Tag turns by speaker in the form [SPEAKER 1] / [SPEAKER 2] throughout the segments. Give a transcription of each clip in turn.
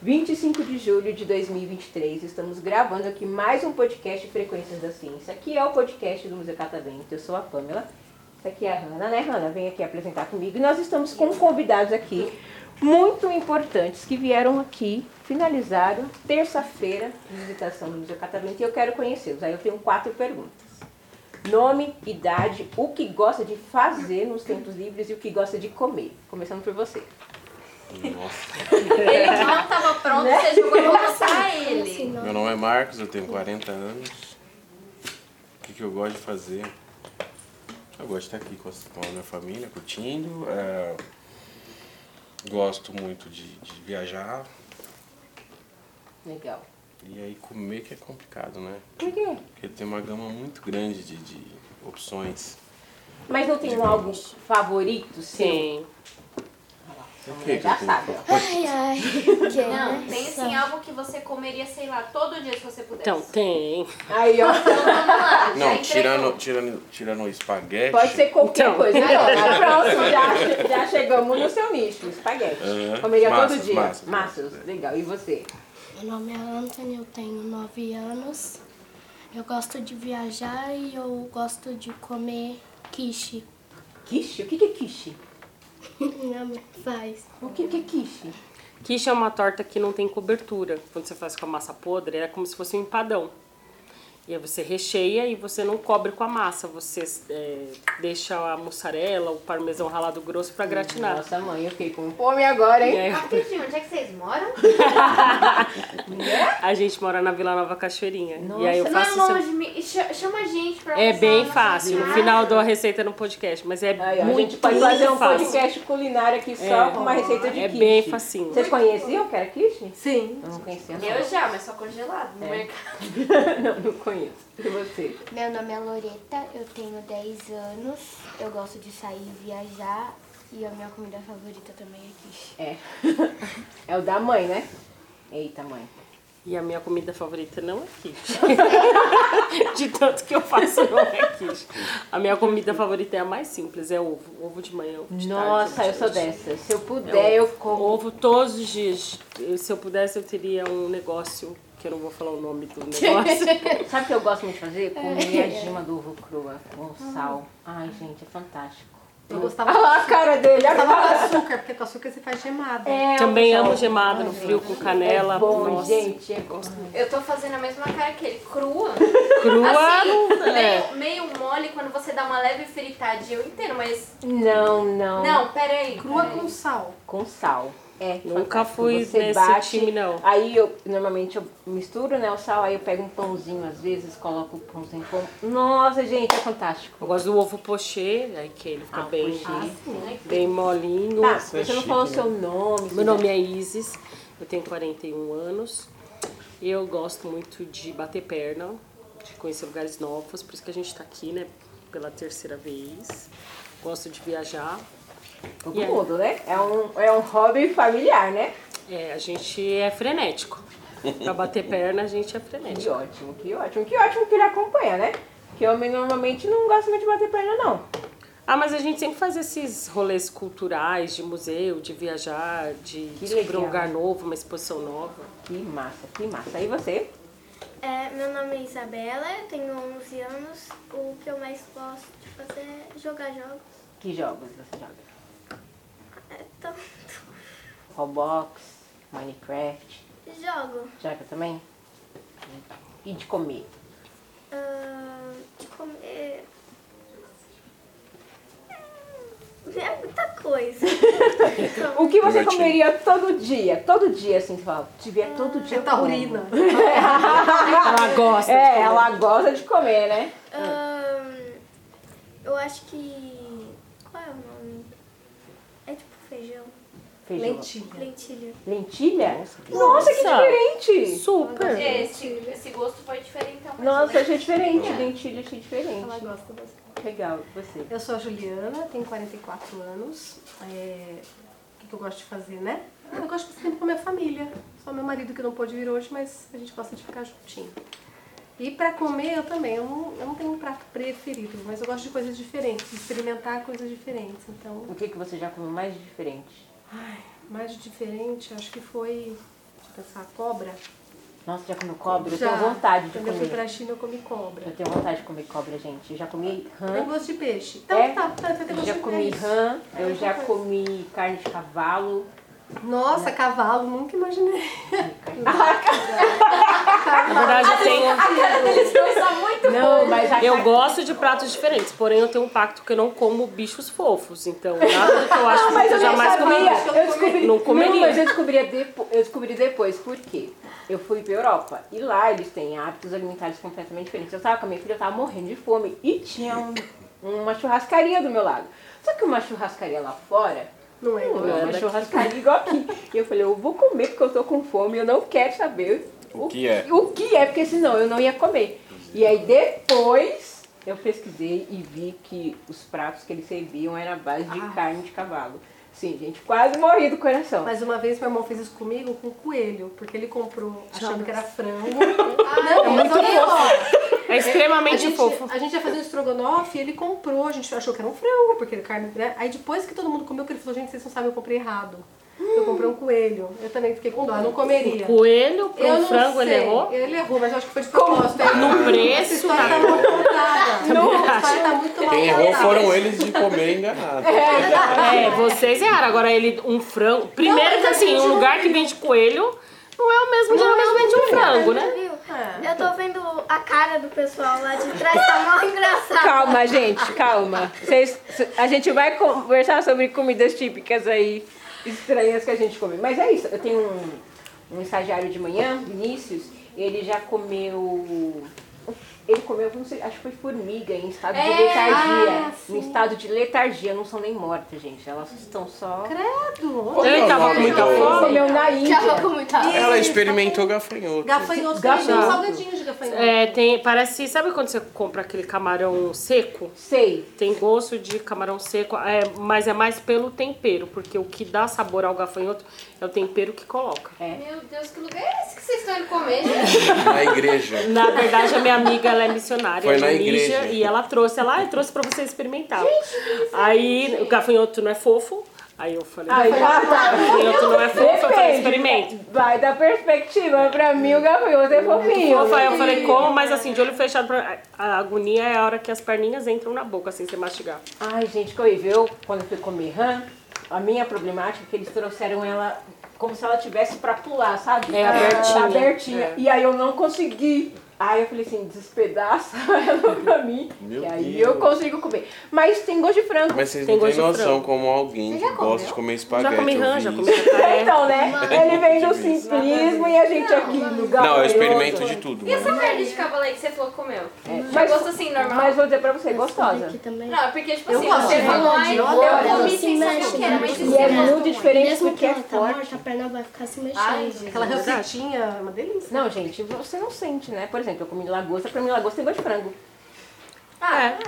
[SPEAKER 1] 25 de julho de 2023, estamos gravando aqui mais um podcast Frequências da Ciência, que é o podcast do Museu Catavento. Eu sou a Pamela, essa aqui é a Hanna, né, Hanna? Vem aqui apresentar comigo. E nós estamos com convidados aqui muito importantes que vieram aqui, finalizaram terça-feira de visitação do Museu Catavento e eu quero conhecê-los. Aí eu tenho quatro perguntas. Nome, idade, o que gosta de fazer nos tempos livres e o que gosta de comer. Começando por você.
[SPEAKER 2] Nossa.
[SPEAKER 3] Ele não tava pronto, você jogou pra botar
[SPEAKER 4] Sim,
[SPEAKER 3] ele.
[SPEAKER 4] não.
[SPEAKER 2] Meu nome é Marcos, eu tenho 40 anos. O que, que eu gosto de fazer? Eu gosto de estar aqui com as- com a minha família, curtindo. é, gosto muito de, de viajar.
[SPEAKER 1] Legal.
[SPEAKER 2] E aí comer que é complicado, né?
[SPEAKER 1] Por quê?
[SPEAKER 2] Porque tem uma gama muito grande de, de opções.
[SPEAKER 1] Mas não tem um álbum favorito seu?
[SPEAKER 5] Sim.
[SPEAKER 2] O que, que eu
[SPEAKER 1] Já
[SPEAKER 2] tenho
[SPEAKER 1] sabe,
[SPEAKER 2] que
[SPEAKER 1] ó.
[SPEAKER 4] Ai, ai. Que
[SPEAKER 6] né?
[SPEAKER 3] Não,
[SPEAKER 4] é
[SPEAKER 3] tem
[SPEAKER 4] essa?
[SPEAKER 3] assim algo que você comeria, sei lá, todo dia se você pudesse.
[SPEAKER 5] Então, tem.
[SPEAKER 1] Aí, ó.
[SPEAKER 3] Vamos lá, já
[SPEAKER 2] Não,
[SPEAKER 3] entregou.
[SPEAKER 2] tirando, tirando, tirando o espaguete.
[SPEAKER 1] Pode ser qualquer
[SPEAKER 5] Então.
[SPEAKER 1] coisa. né? Não, mas pronto, já, já chegamos no seu nicho, espaguete.
[SPEAKER 2] Aham.
[SPEAKER 1] Comeria todo
[SPEAKER 2] Massas,
[SPEAKER 1] dia.
[SPEAKER 2] massas,
[SPEAKER 1] Massas,
[SPEAKER 2] massas.
[SPEAKER 1] legal. E você?
[SPEAKER 4] Meu nome é Anthony, eu tenho 9 anos. Eu gosto de viajar e eu gosto de comer quiche.
[SPEAKER 1] Quiche? O que que é quiche?
[SPEAKER 4] Minha mãe faz.
[SPEAKER 1] O que que é quiche?
[SPEAKER 5] Quiche é uma torta que não tem cobertura. Quando você faz com a massa podre, é como se fosse um empadão. E aí você recheia e você não cobre com a massa. Você é, deixa a mussarela, o parmesão ralado grosso pra gratinar.
[SPEAKER 1] Nossa, mãe, eu fiquei com fome agora,
[SPEAKER 5] E
[SPEAKER 1] hein?
[SPEAKER 5] aí,
[SPEAKER 3] Rapidinho, onde é que vocês moram?
[SPEAKER 5] a gente mora na Vila Nova Cachoeirinha. e aí eu
[SPEAKER 3] Não é
[SPEAKER 5] faço sempre-
[SPEAKER 3] longe, me- cha- chama a gente pra
[SPEAKER 5] É
[SPEAKER 3] almoçar né? Ah.
[SPEAKER 5] bem
[SPEAKER 3] na
[SPEAKER 5] fácil.
[SPEAKER 3] sua
[SPEAKER 5] No
[SPEAKER 3] casa.
[SPEAKER 5] final eu dou a receita no podcast, mas é
[SPEAKER 1] né? Aí, ó, a
[SPEAKER 5] muito
[SPEAKER 1] gente pode fazer um
[SPEAKER 5] fácil.
[SPEAKER 1] podcast culinário aqui só
[SPEAKER 5] É.
[SPEAKER 1] com uma receita de
[SPEAKER 5] É
[SPEAKER 1] quiche.
[SPEAKER 5] bem facinho.
[SPEAKER 1] Vocês conheciam o que era quiche?
[SPEAKER 7] Sim.
[SPEAKER 1] Eu não conhecia, não.
[SPEAKER 3] Eu já, mas só congelado no mercado.
[SPEAKER 1] não, não conheço. E você?
[SPEAKER 6] Meu nome é Loreta, eu tenho 10 anos, eu gosto de sair e viajar e a minha comida favorita também é quiche.
[SPEAKER 1] É. É o da mãe, né? Eita, mãe.
[SPEAKER 5] E a minha comida favorita não é quiche. de tanto que eu faço, não é quiche. A minha comida favorita é a mais simples, é ovo. Ovo de manhã, ovo de tarde,
[SPEAKER 1] Nossa,
[SPEAKER 5] ovo
[SPEAKER 1] eu
[SPEAKER 5] de
[SPEAKER 1] sou
[SPEAKER 5] noite.
[SPEAKER 1] dessa. Se eu puder, eu como.
[SPEAKER 5] Ovo todos os dias. Eu- Se eu pudesse, eu teria um negócio, que eu não vou falar o nome do negócio.
[SPEAKER 1] Sabe o que eu gosto muito de fazer? Comer a gema do ovo crua com sal. Ai, gente, é fantástico.
[SPEAKER 7] Eu gostava
[SPEAKER 1] Ah. Olha lá a cara dele, olha
[SPEAKER 7] com
[SPEAKER 1] lá.
[SPEAKER 7] açúcar, porque com açúcar você faz gemada.
[SPEAKER 5] Também amo gemada no frio com canela.
[SPEAKER 1] um É bom,
[SPEAKER 5] Nossa,
[SPEAKER 1] gente, é gosto.
[SPEAKER 3] Eu tô fazendo a mesma cara que ele, crua.
[SPEAKER 1] Tá
[SPEAKER 5] crua.
[SPEAKER 3] Assim,
[SPEAKER 5] é.
[SPEAKER 1] né?
[SPEAKER 3] meio, meio mole quando você dá uma leve fritadinha, eu entendo, mas.
[SPEAKER 1] Não, não,
[SPEAKER 3] Não, peraí.
[SPEAKER 7] Crua
[SPEAKER 3] peraí.
[SPEAKER 7] com sal.
[SPEAKER 1] Com sal. É.
[SPEAKER 5] Nunca
[SPEAKER 1] fantástico.
[SPEAKER 5] fui
[SPEAKER 1] Você
[SPEAKER 5] nesse
[SPEAKER 1] bate,
[SPEAKER 5] time, não.
[SPEAKER 1] Aí eu normalmente eu misturo, né, o sal, aí eu pego um pãozinho às vezes, coloco o pãozinho com. Nossa, gente, é fantástico.
[SPEAKER 5] Eu gosto do ovo pochê, aí que ele fica
[SPEAKER 1] Ah,
[SPEAKER 5] bem,
[SPEAKER 1] pochê.
[SPEAKER 5] bem molinho.
[SPEAKER 1] Tá, você não
[SPEAKER 2] chique,
[SPEAKER 1] falou o
[SPEAKER 2] né?
[SPEAKER 1] seu nome.
[SPEAKER 5] é Meu nome é Isis, eu tenho 41 anos. Eu gosto muito de bater perna, de conhecer lugares novos, por isso que a gente tá aqui, né? Pela terceira vez. Gosto de viajar.
[SPEAKER 1] Todo mundo, né? É um, é um hobby familiar, né?
[SPEAKER 5] É, a gente é frenético. Pra bater perna, a gente é
[SPEAKER 1] Que
[SPEAKER 5] frenético.
[SPEAKER 1] ótimo, que ótimo, que ótimo que ele acompanha, né? Que homem normalmente não gosta muito de bater perna, não.
[SPEAKER 5] Ah, mas a gente sempre faz esses rolês culturais, de museu, de viajar, de descobrir
[SPEAKER 1] legal.
[SPEAKER 5] um lugar novo, uma exposição nova.
[SPEAKER 1] Que massa, que massa. Aí você?
[SPEAKER 8] É, meu nome é Isabela, eu tenho 11 anos. O que eu mais gosto de fazer é jogar jogos.
[SPEAKER 1] Que jogos você joga?
[SPEAKER 8] É, Então,
[SPEAKER 1] Roblox, Minecraft,
[SPEAKER 8] jogo.
[SPEAKER 1] joga também? E de comer?
[SPEAKER 8] Ah, de comer. É, é muita coisa. Então,
[SPEAKER 1] O que você
[SPEAKER 2] Divertido.
[SPEAKER 1] comeria todo dia? Todo dia, assim, você fala, se vier todo dia.
[SPEAKER 7] É
[SPEAKER 1] eu como.
[SPEAKER 7] taurina.
[SPEAKER 5] Ela gosta. de
[SPEAKER 1] É,
[SPEAKER 5] comer.
[SPEAKER 1] ela gosta de comer, né?
[SPEAKER 8] ahn, eu acho que. Qual é o nome? É tipo feijão.
[SPEAKER 1] Feijão.
[SPEAKER 7] Lentilha.
[SPEAKER 8] Lentilha.
[SPEAKER 1] Lentilha? Nossa, que
[SPEAKER 5] Nossa.
[SPEAKER 1] diferente! É.
[SPEAKER 5] Super.
[SPEAKER 3] Esse, esse gosto foi diferente. Então, mas
[SPEAKER 1] Nossa,
[SPEAKER 3] eu
[SPEAKER 1] achei diferente. Lentilha, achei diferente.
[SPEAKER 7] Ela gosta bastante.
[SPEAKER 1] Legal, você.
[SPEAKER 7] Eu sou a Juliana, tenho 44 anos. É, O que, que eu gosto de fazer, né? Eu gosto de passar tempo com a minha família. Só meu marido que não pôde vir hoje, mas a gente gosta de ficar juntinho. E para comer eu também, eu não, eu não tenho um prato preferido, mas eu gosto de coisas diferentes, de experimentar coisas diferentes. Então,
[SPEAKER 1] O que, que você já comeu mais de diferente?
[SPEAKER 7] ai, mais diferente, acho que foi, deixa eu pensar, cobra.
[SPEAKER 1] Nossa, já comeu cobra?
[SPEAKER 7] Já.
[SPEAKER 1] Eu tenho vontade de
[SPEAKER 7] Quando eu fui
[SPEAKER 1] comer.
[SPEAKER 7] pra China eu comi cobra.
[SPEAKER 1] Eu tenho vontade de comer cobra, gente. Eu já comi
[SPEAKER 7] Tem
[SPEAKER 1] rã,
[SPEAKER 7] gosto de peixe. Então
[SPEAKER 1] É?
[SPEAKER 7] tá, tá, tá, tem
[SPEAKER 1] eu
[SPEAKER 7] gosto
[SPEAKER 1] já
[SPEAKER 7] de
[SPEAKER 1] comi
[SPEAKER 7] peixe.
[SPEAKER 1] rã, eu
[SPEAKER 7] É,
[SPEAKER 1] já
[SPEAKER 7] tem gosto.
[SPEAKER 1] comi carne de cavalo.
[SPEAKER 7] Nossa, cavalo, nunca imaginei.
[SPEAKER 5] Na verdade, eu tenho.
[SPEAKER 1] Não, mas a
[SPEAKER 5] Eu gosto de pratos diferentes, porém eu tenho um pacto que eu não como bichos fofos. Então, nada do que eu acho
[SPEAKER 7] Ah,
[SPEAKER 5] que eu jamais comeria.
[SPEAKER 1] Eu descobri,
[SPEAKER 5] Não comeria.
[SPEAKER 1] Não, mas eu descobri, depo- eu descobri depois, por quê? Eu fui pra Europa e lá eles têm hábitos alimentares completamente diferentes. Eu tava com a minha filha, eu tava morrendo de fome e tinha um- uma churrascaria do meu lado. Só que uma churrascaria lá fora
[SPEAKER 7] Não é
[SPEAKER 1] Não,
[SPEAKER 7] igual.
[SPEAKER 1] é uma churrascaria igual aqui. E eu falei, eu vou comer porque eu tô com fome, eu não quero saber
[SPEAKER 2] O que é.
[SPEAKER 1] O que é, porque senão eu não ia comer. E aí depois eu pesquisei e vi que os pratos que eles serviam eram à base de carne de cavalo. Sim, gente, quase morri do coração.
[SPEAKER 7] Mas uma vez meu irmão fez isso comigo com coelho, porque ele comprou achando que era frango. Ah,
[SPEAKER 3] Ai,
[SPEAKER 7] muito
[SPEAKER 5] É
[SPEAKER 7] a
[SPEAKER 5] extremamente
[SPEAKER 7] gente,
[SPEAKER 5] fofo.
[SPEAKER 7] a gente ia fazer um estrogonofe e ele comprou, a gente achou que era um frango, porque era carne, né? Aí depois que todo mundo comeu, que ele falou, gente, vocês não sabem, eu comprei errado. Eu comprei um coelho. Eu também fiquei com dó,
[SPEAKER 1] Um
[SPEAKER 7] eu não comeria.
[SPEAKER 5] Coelho pra
[SPEAKER 7] Eu
[SPEAKER 5] um
[SPEAKER 7] não
[SPEAKER 5] frango, ele
[SPEAKER 7] sei.
[SPEAKER 5] errou.
[SPEAKER 7] Ele errou, mas eu acho que foi de propósito. Aí
[SPEAKER 5] No
[SPEAKER 7] Essa
[SPEAKER 5] preço,
[SPEAKER 7] história tá
[SPEAKER 5] na-
[SPEAKER 7] mal contada. Essa história tá muito mal
[SPEAKER 2] Quem errou
[SPEAKER 7] contada.
[SPEAKER 2] foram eles de comer enganado.
[SPEAKER 5] É, vocês erraram. Agora ele, um frango. Primeiro
[SPEAKER 7] mas
[SPEAKER 5] que
[SPEAKER 7] a
[SPEAKER 5] assim,
[SPEAKER 7] gente
[SPEAKER 5] um
[SPEAKER 7] não
[SPEAKER 5] lugar que vende coelho não é o mesmo que geralmente vende um frango, né?
[SPEAKER 8] Viu?
[SPEAKER 4] É.
[SPEAKER 8] Eu tô vendo a cara do pessoal lá de trás, tá mal engraçado.
[SPEAKER 1] Calma, gente, calma. Vocês- c- a gente vai conversar sobre comidas típicas aí, estranhas que a gente come. Mas é isso, eu tenho um, um estagiário de manhã, Vinícius, ele já comeu. Ele comeu, não sei, acho que foi formiga em estado de letargia. em estado de letargia, não são nem mortas, gente. Elas estão só.
[SPEAKER 7] Credo.
[SPEAKER 2] Olha
[SPEAKER 5] Ele
[SPEAKER 2] o
[SPEAKER 5] tava
[SPEAKER 2] nome
[SPEAKER 5] com muita
[SPEAKER 2] do-
[SPEAKER 1] Ele
[SPEAKER 5] fome.
[SPEAKER 1] comeu na Índia.
[SPEAKER 2] Ela experimentou gafanhoto.
[SPEAKER 7] Gafanhoto,
[SPEAKER 1] Gafanhoto.
[SPEAKER 7] tem uns salgadinhos de gafanhoto.
[SPEAKER 5] É, tem, parece, sabe quando você compra aquele camarão seco?
[SPEAKER 1] Sei.
[SPEAKER 5] Tem gosto de camarão seco, é, mas é mais pelo tempero, porque o que dá sabor ao gafanhoto é o tempero que coloca.
[SPEAKER 3] Meu Deus, que lugar é esse que vocês estão indo comer, gente?
[SPEAKER 2] Na igreja.
[SPEAKER 5] Na verdade, a minha amiga, ela é missionária
[SPEAKER 2] Foi
[SPEAKER 5] de
[SPEAKER 2] na
[SPEAKER 5] Níger,
[SPEAKER 2] igreja.
[SPEAKER 5] e ela trouxe, ela, ah, eu trouxe pra você experimentar. aí, o gafanhoto não é fofo, aí eu falei,
[SPEAKER 1] Ai, já
[SPEAKER 3] tá,
[SPEAKER 5] o gafanhoto não é fofo, eu falei, experimenta.
[SPEAKER 1] Vai da perspectiva. Pra mim, o gafanhoto é fofinho.
[SPEAKER 5] Fofa, eu falei, como? Mas assim, de olho fechado, pra- a agonia é a hora que as perninhas entram na boca, assim, você mastigar.
[SPEAKER 1] Ai, gente, que horrível. Eu, Quando eu fui comer rã, a minha problemática é que eles trouxeram ela como se ela tivesse pra pular, sabe? Tá
[SPEAKER 5] É, abertinha.
[SPEAKER 1] abertinha.
[SPEAKER 5] É.
[SPEAKER 1] E aí eu não consegui. Aí eu falei assim, despedaça ela pra mim,
[SPEAKER 2] Meu
[SPEAKER 1] que aí
[SPEAKER 2] Deus.
[SPEAKER 1] eu consigo comer. Mas tem gosto de frango.
[SPEAKER 2] Mas vocês
[SPEAKER 5] Tem
[SPEAKER 2] não
[SPEAKER 5] gosto
[SPEAKER 2] têm
[SPEAKER 5] de
[SPEAKER 2] noção
[SPEAKER 5] frango.
[SPEAKER 2] como alguém que gosta de comer espaguete.
[SPEAKER 5] Já comi
[SPEAKER 2] eu
[SPEAKER 5] rã,
[SPEAKER 2] vi
[SPEAKER 5] já comi
[SPEAKER 2] isso.
[SPEAKER 3] É,
[SPEAKER 5] jacaré. É
[SPEAKER 1] Então, né? Ele vem do simplismo e a gente aqui no gafanhoto.
[SPEAKER 2] Não, eu experimento de tudo.
[SPEAKER 3] E essa
[SPEAKER 2] Mas...
[SPEAKER 3] carne de cavalo aí que você falou que comeu?
[SPEAKER 1] É,
[SPEAKER 3] Já
[SPEAKER 1] mas-
[SPEAKER 3] gosto assim, normal?
[SPEAKER 1] Mas vou dizer pra você, gostosa.
[SPEAKER 4] Aqui também.
[SPEAKER 3] Não, é porque, tipo
[SPEAKER 7] Eu
[SPEAKER 3] assim,
[SPEAKER 7] gosto,
[SPEAKER 3] você
[SPEAKER 7] né?
[SPEAKER 3] falou, ai, eu
[SPEAKER 1] Olha,
[SPEAKER 3] comi
[SPEAKER 4] se
[SPEAKER 3] sem saber o
[SPEAKER 4] mexe,
[SPEAKER 3] que
[SPEAKER 8] né?
[SPEAKER 3] era, mas
[SPEAKER 4] mexe.
[SPEAKER 1] E é
[SPEAKER 3] isso
[SPEAKER 1] muito diferente
[SPEAKER 4] Mesmo
[SPEAKER 1] porque
[SPEAKER 4] que
[SPEAKER 1] é
[SPEAKER 4] ela tá
[SPEAKER 1] forte.
[SPEAKER 4] morta, a perna vai ficar se mexendo.
[SPEAKER 7] Ai, aquela receitinha é uma delícia.
[SPEAKER 1] Não, gente, você não sente, né? Por exemplo, eu comi lagosta, pra mim lagosta tem gosto de frango.
[SPEAKER 3] Ah, é.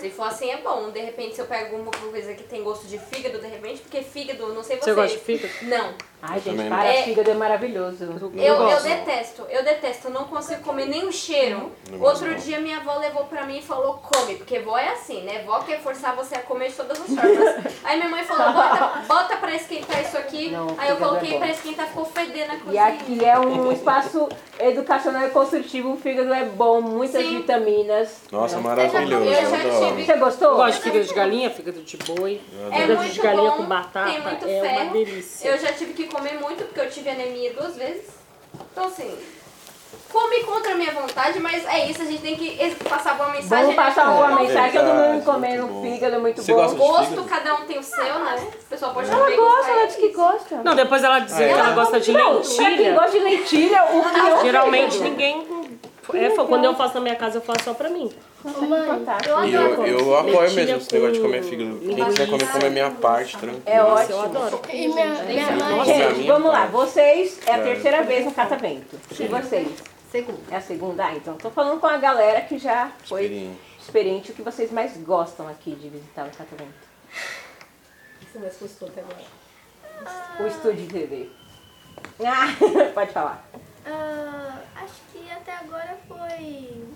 [SPEAKER 3] Se for assim é bom. De repente, se eu pego uma coisa que tem gosto de fígado, de repente, porque fígado, não sei vocês.
[SPEAKER 5] Você gosta de fígado?
[SPEAKER 3] Não.
[SPEAKER 1] Ai, gente,
[SPEAKER 2] também
[SPEAKER 1] para,
[SPEAKER 3] não.
[SPEAKER 1] fígado é maravilhoso.
[SPEAKER 3] Eu, eu
[SPEAKER 5] gosto.
[SPEAKER 3] detesto, eu detesto, eu não consigo comer nem o cheiro.
[SPEAKER 2] Não gosto,
[SPEAKER 3] Outro
[SPEAKER 2] não.
[SPEAKER 3] dia minha avó levou pra mim e falou, come, porque vó é assim, né? Vó quer forçar você a comer de todas as formas. Aí minha mãe falou, bota, bota pra esquentar isso aqui.
[SPEAKER 1] Não,
[SPEAKER 3] Aí
[SPEAKER 1] fígado
[SPEAKER 3] eu
[SPEAKER 1] é
[SPEAKER 3] coloquei
[SPEAKER 1] bom.
[SPEAKER 3] pra esquentar, ficou fedendo a
[SPEAKER 1] E
[SPEAKER 3] cozinha.
[SPEAKER 1] aqui é um espaço educacional e construtivo, o fígado é bom, muitas
[SPEAKER 3] Sim.
[SPEAKER 1] vitaminas.
[SPEAKER 2] Nossa,
[SPEAKER 3] Eu
[SPEAKER 2] maravilhoso.
[SPEAKER 3] já
[SPEAKER 2] Eu adoro.
[SPEAKER 3] tive-
[SPEAKER 1] Você gostou?
[SPEAKER 5] Eu gosto de fígado de galinha, fígado de boi,
[SPEAKER 3] É
[SPEAKER 5] fígado de
[SPEAKER 3] muito
[SPEAKER 5] galinha
[SPEAKER 3] bom,
[SPEAKER 5] com batata,
[SPEAKER 3] tem muito
[SPEAKER 5] é
[SPEAKER 3] ferro.
[SPEAKER 5] uma delícia.
[SPEAKER 3] Eu já tive que comer muito porque eu tive anemia duas vezes. Então assim, come contra a minha vontade, mas é isso, a gente tem que es- passar boa mensagem.
[SPEAKER 1] Vamos
[SPEAKER 3] né?
[SPEAKER 1] passar uma boa mensagem, todo mundo
[SPEAKER 2] Verdade,
[SPEAKER 1] comendo
[SPEAKER 2] muito bom.
[SPEAKER 1] fígado, é muito
[SPEAKER 2] Você
[SPEAKER 1] bom.
[SPEAKER 2] gosta de
[SPEAKER 3] Gosto,
[SPEAKER 2] fígado?
[SPEAKER 3] cada um tem o seu, né? O pessoal pode
[SPEAKER 1] Ela
[SPEAKER 3] comer
[SPEAKER 1] gosta, ela
[SPEAKER 3] gostar.
[SPEAKER 1] diz que gosta.
[SPEAKER 5] Não, depois ela dizia
[SPEAKER 2] É.
[SPEAKER 5] que ela gosta de
[SPEAKER 1] Não, pra quem
[SPEAKER 5] lentilha.
[SPEAKER 1] gosta de lentilha, o que eu
[SPEAKER 5] Geralmente
[SPEAKER 1] fiz,
[SPEAKER 5] ninguém. É, foi quando eu faço na minha casa, eu faço só pra mim.
[SPEAKER 1] Nossa, que
[SPEAKER 8] tá
[SPEAKER 1] fantástico.
[SPEAKER 2] E eu, eu apoio
[SPEAKER 5] Lentilha
[SPEAKER 2] mesmo esse negócio de
[SPEAKER 5] com
[SPEAKER 2] comer fígado. Quem quiser comer, come a minha parte, tranquilo.
[SPEAKER 1] É
[SPEAKER 5] Nossa, eu
[SPEAKER 1] ótimo.
[SPEAKER 5] adoro.
[SPEAKER 4] E minha, minha mãe.
[SPEAKER 2] Nossa, a
[SPEAKER 1] Gente,
[SPEAKER 2] minha
[SPEAKER 1] vamos lá.
[SPEAKER 2] parte.
[SPEAKER 1] Vocês, é a
[SPEAKER 2] É.
[SPEAKER 1] terceira vez no Catavento. E vocês?
[SPEAKER 7] Segundo.
[SPEAKER 1] É a segunda? Ah, então tô falando com a galera que já foi
[SPEAKER 2] Experiente.
[SPEAKER 1] experiente. O que vocês mais gostam aqui de visitar o Catavento?
[SPEAKER 7] O que você mais gostou até agora?
[SPEAKER 1] O estúdio de TV. Ah, pode falar.
[SPEAKER 8] Ah, acho que até agora foi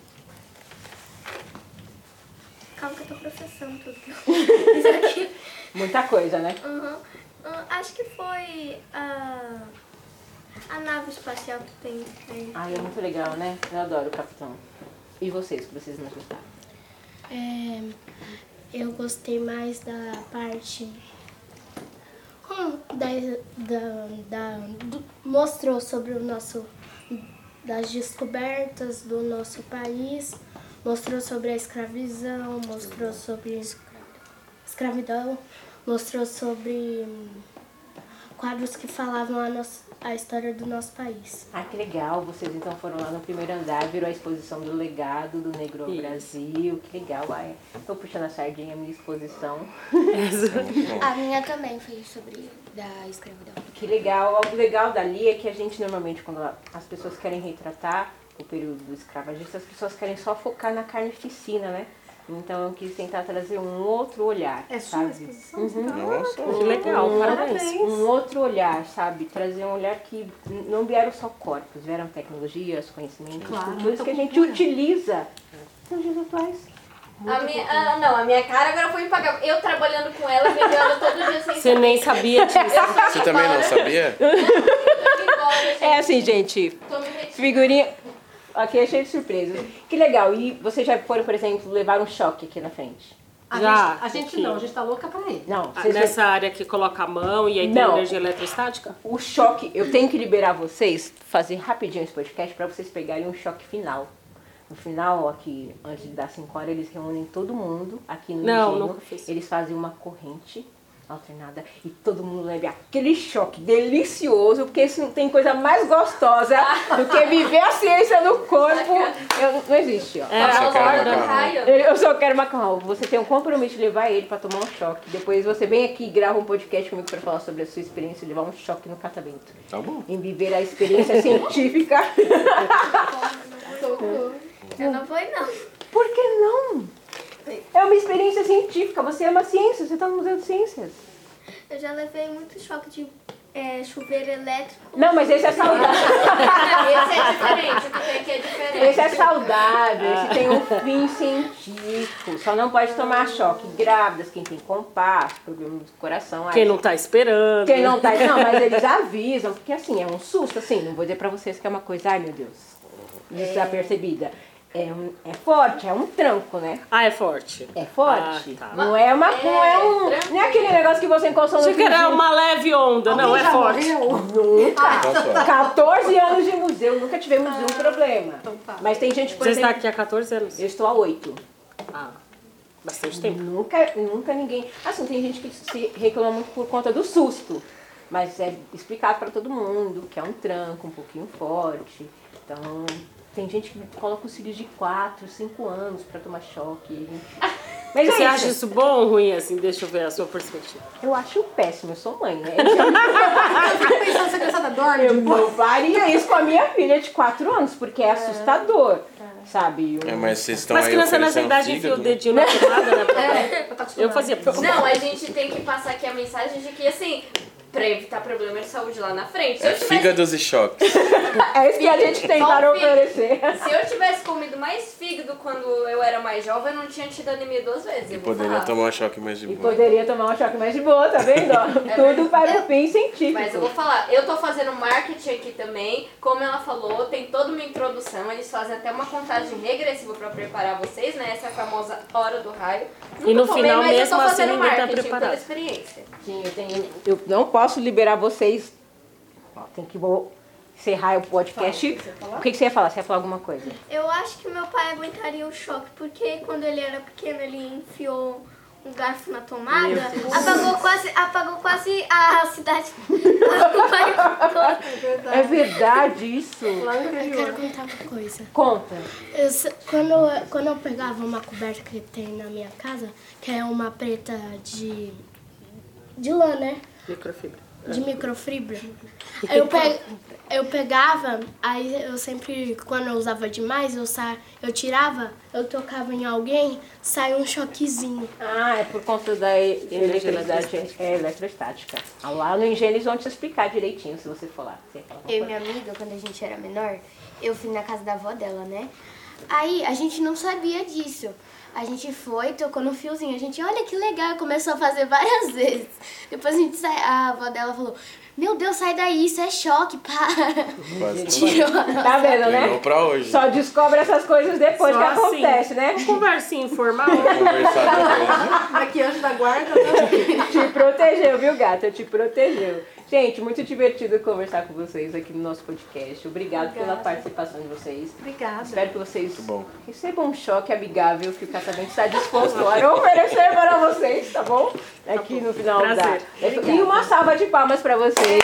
[SPEAKER 8] processando tudo que eu fiz aqui.
[SPEAKER 1] Muita coisa, né?
[SPEAKER 8] Aham. Ah, acho que foi a, a nave espacial que tem. tem.
[SPEAKER 1] Ai, é muito legal, né? Eu adoro o Capitão. E vocês, que vocês mais gostaram?
[SPEAKER 4] É, eu gostei mais da parte. como Da, da, da- do- mostrou sobre o nosso. das descobertas do nosso país, mostrou sobre a escravização, mostrou sobre. escravidão, mostrou sobre hum, quadros que falavam a, nos- a história do nosso país.
[SPEAKER 1] Ah, que legal. Vocês então foram lá no primeiro andar, virou a exposição do legado do negro ao
[SPEAKER 5] Isso.
[SPEAKER 1] Brasil. Que legal. Ai, tô puxando a sardinha, minha exposição.
[SPEAKER 6] A minha também foi sobre da escravidão.
[SPEAKER 1] Que legal. O legal dali é que a gente normalmente, quando as pessoas querem retratar o período escravagista, as pessoas querem só focar na carnificina, né? Então eu quis tentar trazer um outro olhar,
[SPEAKER 7] É sua Uhum.
[SPEAKER 1] sabe?
[SPEAKER 7] exposição? Você
[SPEAKER 5] Uhum.
[SPEAKER 7] tá-
[SPEAKER 2] Nossa,
[SPEAKER 5] Que legal, parabéns.
[SPEAKER 1] um outro olhar, sabe? Trazer um olhar que n- não vieram só corpos, vieram tecnologias, conhecimentos,
[SPEAKER 7] Claro,
[SPEAKER 1] tudo isso
[SPEAKER 7] muita
[SPEAKER 1] que a gente
[SPEAKER 7] cultura.
[SPEAKER 1] utiliza nos dias atuais.
[SPEAKER 3] A minha, ah, não, a minha cara agora foi impagável. Eu trabalhando com ela, vendo ela todo dia sem
[SPEAKER 5] Você nem sabia disso.
[SPEAKER 2] Você também não sabia?
[SPEAKER 1] É assim, gente,
[SPEAKER 3] Tô me retirando.
[SPEAKER 1] figurinha. Aqui é cheio de surpresas. Que legal. E vocês já foram, por exemplo, levar um choque aqui na frente?
[SPEAKER 7] A
[SPEAKER 5] Já,
[SPEAKER 7] gente, a gente
[SPEAKER 5] pouquinho.
[SPEAKER 7] não, a gente tá louca pra ir.
[SPEAKER 1] Não,
[SPEAKER 5] Ah,
[SPEAKER 1] vocês
[SPEAKER 5] Nessa área que coloca a mão e aí tem
[SPEAKER 1] Não.
[SPEAKER 5] energia eletrostática?
[SPEAKER 1] O choque, eu tenho que liberar vocês, fazer rapidinho esse podcast pra vocês pegarem um choque final. No final, aqui, antes das 5 horas, eles reúnem todo mundo aqui no
[SPEAKER 5] Não,
[SPEAKER 1] engenho.
[SPEAKER 5] nunca fiz.
[SPEAKER 1] Eles fazem uma corrente alternada e todo mundo leva aquele choque delicioso, porque isso não tem coisa mais gostosa do que viver a ciência no corpo. Eu- não existe, ó.
[SPEAKER 5] É,
[SPEAKER 2] Nossa, cara,
[SPEAKER 5] acorda.
[SPEAKER 2] macarrão.
[SPEAKER 3] Caio,
[SPEAKER 1] Eu eu só quero macarrão. Você tem um compromisso de levar ele pra tomar um choque. Depois você vem aqui e grava um podcast comigo pra falar sobre a sua experiência de levar um choque no catamento.
[SPEAKER 2] Tá bom.
[SPEAKER 1] Em viver a experiência científica.
[SPEAKER 8] Eu não fui, não.
[SPEAKER 1] Por que não? É uma experiência científica. Você ama ciência, você tá no Museu de Ciências.
[SPEAKER 8] Eu já levei muito choque de é, chuveiro elétrico.
[SPEAKER 1] Não, mas esse é saudável.
[SPEAKER 3] esse é diferente, o que tem aqui é diferente.
[SPEAKER 1] Esse é saudável. Esse tem um fim científico. Só não pode tomar choque. Grávidas, quem tem compasso, problema do coração.
[SPEAKER 5] Quem não tá esperando.
[SPEAKER 1] Quem não tá. Não, mas eles avisam, porque assim, é um susto, assim, não vou dizer pra vocês que é uma coisa, ai meu Deus, desapercebida. É, um- é forte, é um tranco, né?
[SPEAKER 5] Ah, é forte.
[SPEAKER 1] É forte.
[SPEAKER 5] Ah, tá.
[SPEAKER 1] Não é uma. Não é um.
[SPEAKER 3] tranquilo.
[SPEAKER 1] Não é aquele negócio que você encostou no
[SPEAKER 5] Achei que era
[SPEAKER 1] frigorífico.
[SPEAKER 5] uma leve onda. Não,
[SPEAKER 7] Alguém
[SPEAKER 5] é
[SPEAKER 7] já
[SPEAKER 5] forte.
[SPEAKER 7] morreu?
[SPEAKER 1] Nunca.
[SPEAKER 2] Então, só.
[SPEAKER 1] 14 anos de museu, nunca tivemos nenhum problema.
[SPEAKER 7] então tá.
[SPEAKER 1] Mas tem gente, por
[SPEAKER 5] Você está
[SPEAKER 1] exemplo.
[SPEAKER 5] aqui há 14 anos?
[SPEAKER 1] Eu estou há 8.
[SPEAKER 5] Ah, bastante
[SPEAKER 1] Hum.
[SPEAKER 5] tempo.
[SPEAKER 1] Nunca, nunca ninguém. Assim, tem gente que se reclama muito por conta do susto. Mas é explicado pra todo mundo que é um tranco um pouquinho forte. Então, tem gente que coloca os filhos de 4, 5 anos pra tomar choque. Mas
[SPEAKER 5] Você
[SPEAKER 1] é
[SPEAKER 5] acha
[SPEAKER 1] isso.
[SPEAKER 5] isso bom ou ruim, assim? Deixa eu ver a sua perspectiva.
[SPEAKER 1] Eu acho péssimo, eu sou mãe, né? Eu
[SPEAKER 7] Tá pensando se a criançada dorme?
[SPEAKER 1] não faria isso com a minha filha de 4 anos, porque é assustador, sabe?
[SPEAKER 2] É, mas vocês estão
[SPEAKER 5] Mas
[SPEAKER 2] aí
[SPEAKER 5] criança nessa
[SPEAKER 2] oferecendo
[SPEAKER 5] idade enfia o
[SPEAKER 2] fígado, né?
[SPEAKER 5] dedinho na tomada, né?
[SPEAKER 7] Eu tô
[SPEAKER 5] Eu
[SPEAKER 7] acostumada.
[SPEAKER 5] fazia...
[SPEAKER 3] Não, a gente tem que passar aqui a mensagem de que, assim, pra evitar problema de saúde lá na frente. Se
[SPEAKER 2] É
[SPEAKER 3] eu tivesse,
[SPEAKER 2] fígados e choques.
[SPEAKER 1] É isso que a gente tentaram oferecer.
[SPEAKER 3] se eu tivesse comido mais fígado quando eu era mais jovem, eu não tinha tido anemia duas vezes. eu vou
[SPEAKER 2] Poderia
[SPEAKER 3] falar.
[SPEAKER 2] tomar um choque mais de
[SPEAKER 1] E
[SPEAKER 2] boa.
[SPEAKER 1] poderia tomar um choque mais de boa, tá vendo? ó? Tudo para o fim científico.
[SPEAKER 3] Mas eu vou falar, eu tô fazendo marketing aqui também, como ela falou, tem toda uma introdução, eles fazem até uma contagem regressiva pra preparar vocês, né? Essa famosa hora do raio. Nunca
[SPEAKER 5] no
[SPEAKER 3] tomei,
[SPEAKER 5] final,
[SPEAKER 3] mas eu
[SPEAKER 5] mesmo
[SPEAKER 3] tô
[SPEAKER 5] assim,
[SPEAKER 3] fazendo
[SPEAKER 5] ninguém tá
[SPEAKER 3] marketing
[SPEAKER 5] preparado.
[SPEAKER 3] pela experiência.
[SPEAKER 1] Sim, eu tenho. Eu não posso liberar vocês. Ó, tem que vou encerrar o podcast. o que, que você ia falar? Você ia falar alguma coisa?
[SPEAKER 8] Eu acho que meu pai aguentaria o choque, porque quando ele era pequeno ele enfiou um garfo na tomada, apagou quase, apagou quase a cidade.
[SPEAKER 1] É verdade isso.
[SPEAKER 7] Lá no
[SPEAKER 4] Eu
[SPEAKER 7] interior.
[SPEAKER 4] quero contar uma coisa.
[SPEAKER 1] Conta.
[SPEAKER 4] Eu se- quando, eu, quando eu pegava uma coberta que tem na minha casa, que é uma preta de, de lã, né?
[SPEAKER 5] Microfibra.
[SPEAKER 4] De microfibra. Aí Eu, pe- eu pegava, aí eu sempre, quando eu usava demais, eu, sa, eu tirava, eu tocava em alguém, saiu um choquezinho.
[SPEAKER 1] Ah, é por conta da e-
[SPEAKER 5] Energia
[SPEAKER 1] eletricidade é, eletrostática. Ah, Lá no engenho eles vão te explicar direitinho se você for lá. Você ia falar alguma
[SPEAKER 6] Eu e
[SPEAKER 1] coisa?
[SPEAKER 6] minha amiga, quando a gente era menor, eu fui na casa da avó dela, né?
[SPEAKER 8] Aí a gente não sabia disso. A gente foi, tocou no fiozinho. A gente, olha que legal, começou a fazer várias vezes. Depois a gente sai, a avó dela falou: Meu Deus, sai daí, isso é choque, para.
[SPEAKER 2] Quase
[SPEAKER 8] Tirou a nossa
[SPEAKER 1] Tá vendo,
[SPEAKER 2] Treinou
[SPEAKER 1] né?
[SPEAKER 2] pra hoje.
[SPEAKER 1] Só descobre essas coisas depois
[SPEAKER 5] Só
[SPEAKER 1] que
[SPEAKER 5] assim.
[SPEAKER 1] acontece, né?
[SPEAKER 5] Conversinha informal.
[SPEAKER 2] Conversado com ele.
[SPEAKER 7] Aqui, anjo da guarda, né?
[SPEAKER 1] Te protegeu, viu, gata? Te protegeu. Gente, muito divertido conversar com vocês aqui no nosso podcast. Obrigado pela participação de vocês.
[SPEAKER 7] Obrigada.
[SPEAKER 1] Espero que vocês
[SPEAKER 2] bom.
[SPEAKER 1] recebam um choque amigável que o Catavento está disposto a oferecer para vocês, tá bom? Aqui no final da...
[SPEAKER 5] Prazer.
[SPEAKER 1] E uma salva de palmas para vocês.